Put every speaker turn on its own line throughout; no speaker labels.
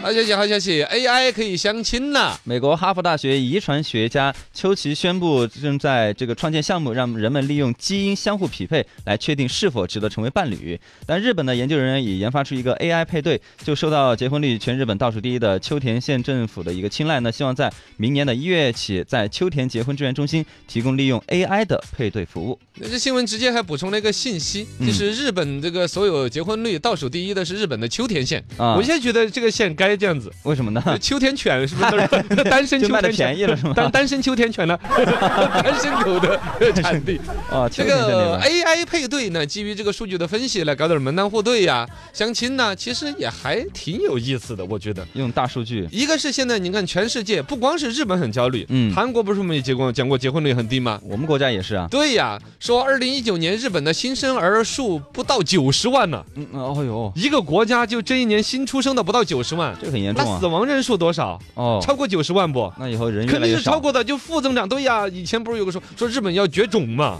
好消息，好消息，AI 可以相亲了。
美国哈佛大学遗传学家丘奇宣布，正在这个创建项目，让人们利用基因相互匹配来确定是否值得成为伴侣。但日本的研究人员也研发出一个 AI 配对，就受到结婚率全日本倒数第一的秋田县政府的一个青睐呢，希望在明年的一月起，在秋田结婚支援中心提供利用 AI 的配对服务。
这新闻直接还补充了一个信息，
嗯
就是日本这个所有结婚率倒数第一的是日本的秋田县。
啊
我现在觉得这个县该这样子，
为什么呢？
秋田犬是不是都是 单身
就
秋
卖的
田
便
犬？
宜了是吗？
单单身秋田犬 呢？单身狗的产地。
哦，
这
秋田县那
个哎
边
AI 配对呢，基于这个数据的分析来搞点门当户对呀、相亲呐、其实也还挺有意思的，我觉得。
用大数据，
一个是现在你看全世界，不光是日本很焦虑，
嗯
韩国不是我们也结过讲过结婚率很低吗？
我们国家也是啊。
对呀，说二零一九年日本的新生儿数不到九十万呢，
嗯，哦呦，
一个国家就这一年新出生的不到九十万，
这个很严重
那
啊
死。亡人数多少？
哦，
超过九十万不？
那以后人越
肯
来
定
越
是超
少，
过的，就负增长。对呀，以前不是有个说说日本要绝种 嘛？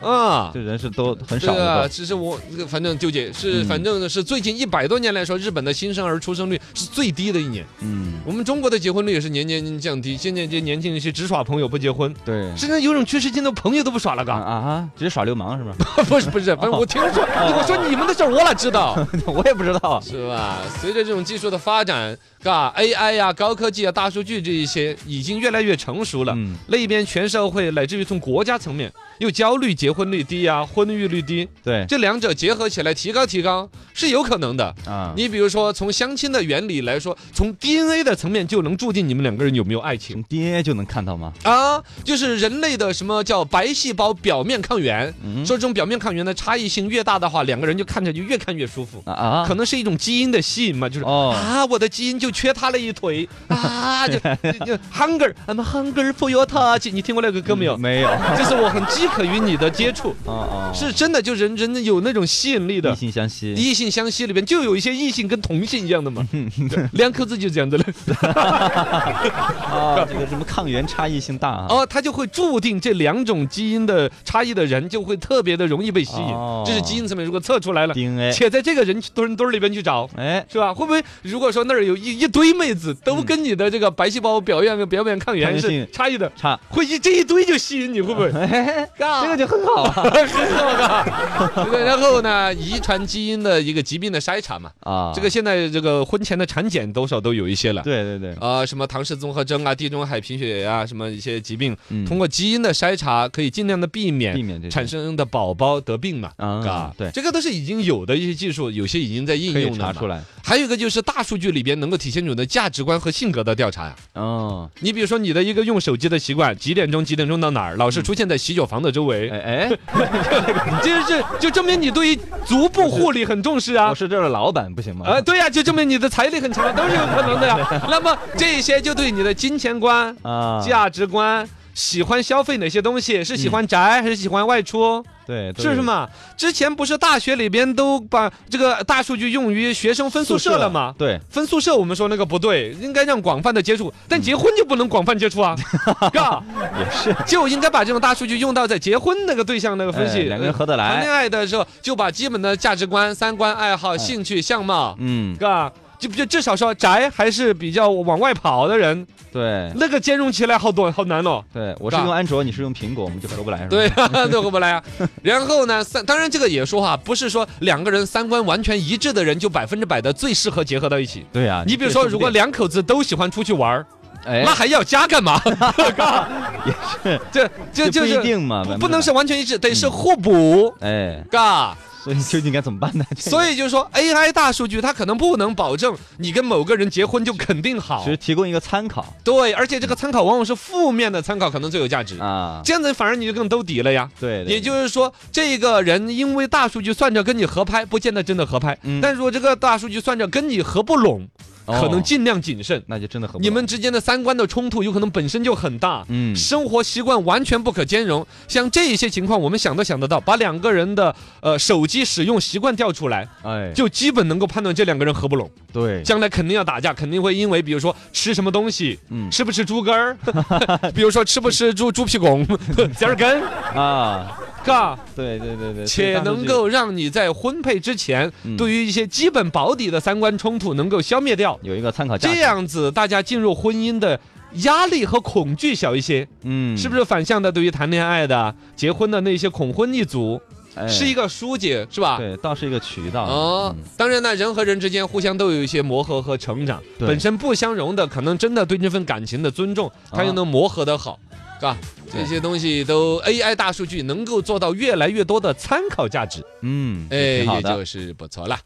啊，
这人是都很
对
少
啊，
的
其实我这个反正纠结是，
嗯
反正是最近一百多年来说，日本的新生儿出生率是最低的一年。
都。嗯，
我们中国的结婚率也是年年降低，现在这年轻人是只耍朋友不结婚。
对。
现在有种趋势，现在朋友都不耍了，
啊
嘎、
啊！直接耍流氓是吧？
不是不是，反正我听说，我说你们的事儿我哪知道，
我也不知道。
是吧？随着这种技术的发展，嘎 AI 呀、高科技啊、大数据这一些已经越来越成熟了。
嗯，
那一边全社会乃至于从国家层面又焦虑结婚率低啊，婚育率低，
对
这两者结合起来提高提高是有可能的。
啊，
你比如说，从相亲的原理来说，从 DNA 的层面就能注定你们两个人有没有爱情
从 DNA 就能看到吗？
啊，就是人类的什么叫白细胞表面抗原。
嗯
说这种表面抗原的差异性越大的话，两个人就看着就越看越舒服，
啊啊，
可能是一种基因的吸引嘛，就是。
哦，
啊，我的基因就缺他了一腿 啊！就就就 hunger，I'm hunger for your touch。你听过那个歌没有？
嗯没 有。
就是我很饥渴于你的接触，
哦哦，
是真的，就人人有那种吸引力的
异。性相吸。
异性相吸里边就有一些异性跟同性一样的嘛， 对两口子就这样的了。
啊，这个什么抗原差异性大啊。
哦，他就会注定这两种基因的差异的人就会特别的容易被吸引
哦，
这是基因层面如果测出来了，
DNA，
且在这个人堆堆里边去找。
哎，
是吧？会不会如果说那儿有一一堆妹子都
嗯
跟你的这个白细胞表面表面抗原
抗
是
原性
差异的，
差，
会一这一堆就吸引你，会不 会？
哎，
啊
这个就很好 啊。
很好的。对然后呢，遗传基因的一个疾病的筛查嘛，
啊，
这个现在这个婚前的产检多少都有一些了。
对对对，
啊、什么唐氏综合征啊、地中海贫血啊，什么一些疾病，
嗯
通过基因的筛查，可以尽量的避
避
免
免这
产
些
生的宝宝得病嘛。
啊
啊，，
对，
这个都是已经有的一些技术，有些已经在应
可以
用了
查
嘛。
出来。
还有一个就是大数据里边能够体现你的价值观和性格的调查呀、
哦，
你比如说你的一个用手机的习惯，几点钟几点钟到哪儿，老是出现在洗脚房的周围，
哎哎，
这是就证明你对于足部护理很重视 啊
我。是这儿的老板不行吗？
啊，对呀、就证明你的财力很强，都是有可能的呀。 那么这些就对你的金钱观、
啊，
价值观。喜欢消费哪些东西？是喜欢宅还是喜欢外
嗯
出？
对，都
是
有
什？么？之前不是大学里边都把这个大数据用于学生分宿舍了吗？
对，
分宿舍我们说那个不对，应该让广泛的接触，但结婚就不能广泛接触 啊，嘎，
也是。
就应该把这种大数据用到在结婚那个对象那个分析。
哎两个人合得
谈
来。
恋爱的时候，就把基本的价值观、三观、爱好、
嗯
兴趣、相貌，
嗯，
嘎。就就至少说宅还是比较往外跑的人，
对
那个兼容起来好多好难哦。
对，我
是
是
吧
用安卓，你是用苹果，我们就合不来，是 吧？
对，啊，对，回不来啊。然后呢，三当然这个也说哈，不是说两个人三观完全一致的人就百分之百的最适合结合到一起。
对呀、
你比如说，如果两口子都喜欢出去玩儿，
哎
那，还要加干嘛？ 这这
这
就
不一
是
定嘛，
不
百分之嗯
不能
百
是。完全一致，得是互补，
哎，
嘎。
所以究竟该怎么 办呢？ 这个
所以就是说，AI 大数据它可能不能保证你跟某个人结婚就肯定好
只，是提供一个参考
对，而且这个参考往往是负面的参考，可能最有价值。
啊。
这样子反而你就更兜底了呀。
对，对
也就是说，这个人因为大数据算着跟你合拍，不见得真的合拍
嗯；
但如果这个大数据算着跟你合不拢，
哦
可能尽量谨慎。
那就真的很
你们之间的三观的冲突有可能本身就很大，
嗯
生活习惯完全不可兼容。像这一些情况，我们想都想得到，把两个人的呃手机使用习惯调出来，
哎，
就基本能够判断这两个人合不拢。
对，
将来肯定要打架，肯定会因为比如说吃什么东西，
嗯
吃不吃猪肝儿， 比如说吃不吃猪猪屁股、 尖儿根，
啊，
嘎，
对对对对，
且能够让你在婚配之前，
嗯
对于一些基本保底的三观冲突能够消灭掉，
有一个参考价值，
这，样子大家进入婚姻的。压力和恐惧小一些，
嗯，
是不是反向的？对于谈恋爱的、结婚的那些恐婚一族，
是
是一个疏解，是吧？
哎对，倒是一个渠道
哦，
嗯
当然呢，人和人之间互相都有一些磨合和成长，
对
本身不相容的，可能真的对这份感情的尊重，它又能磨合得好，是吧？
啊对
这些东西都 AI 大数据能够做到越来越多的参考价值，
嗯，
哎，
挺好
也
的。
就是不错了。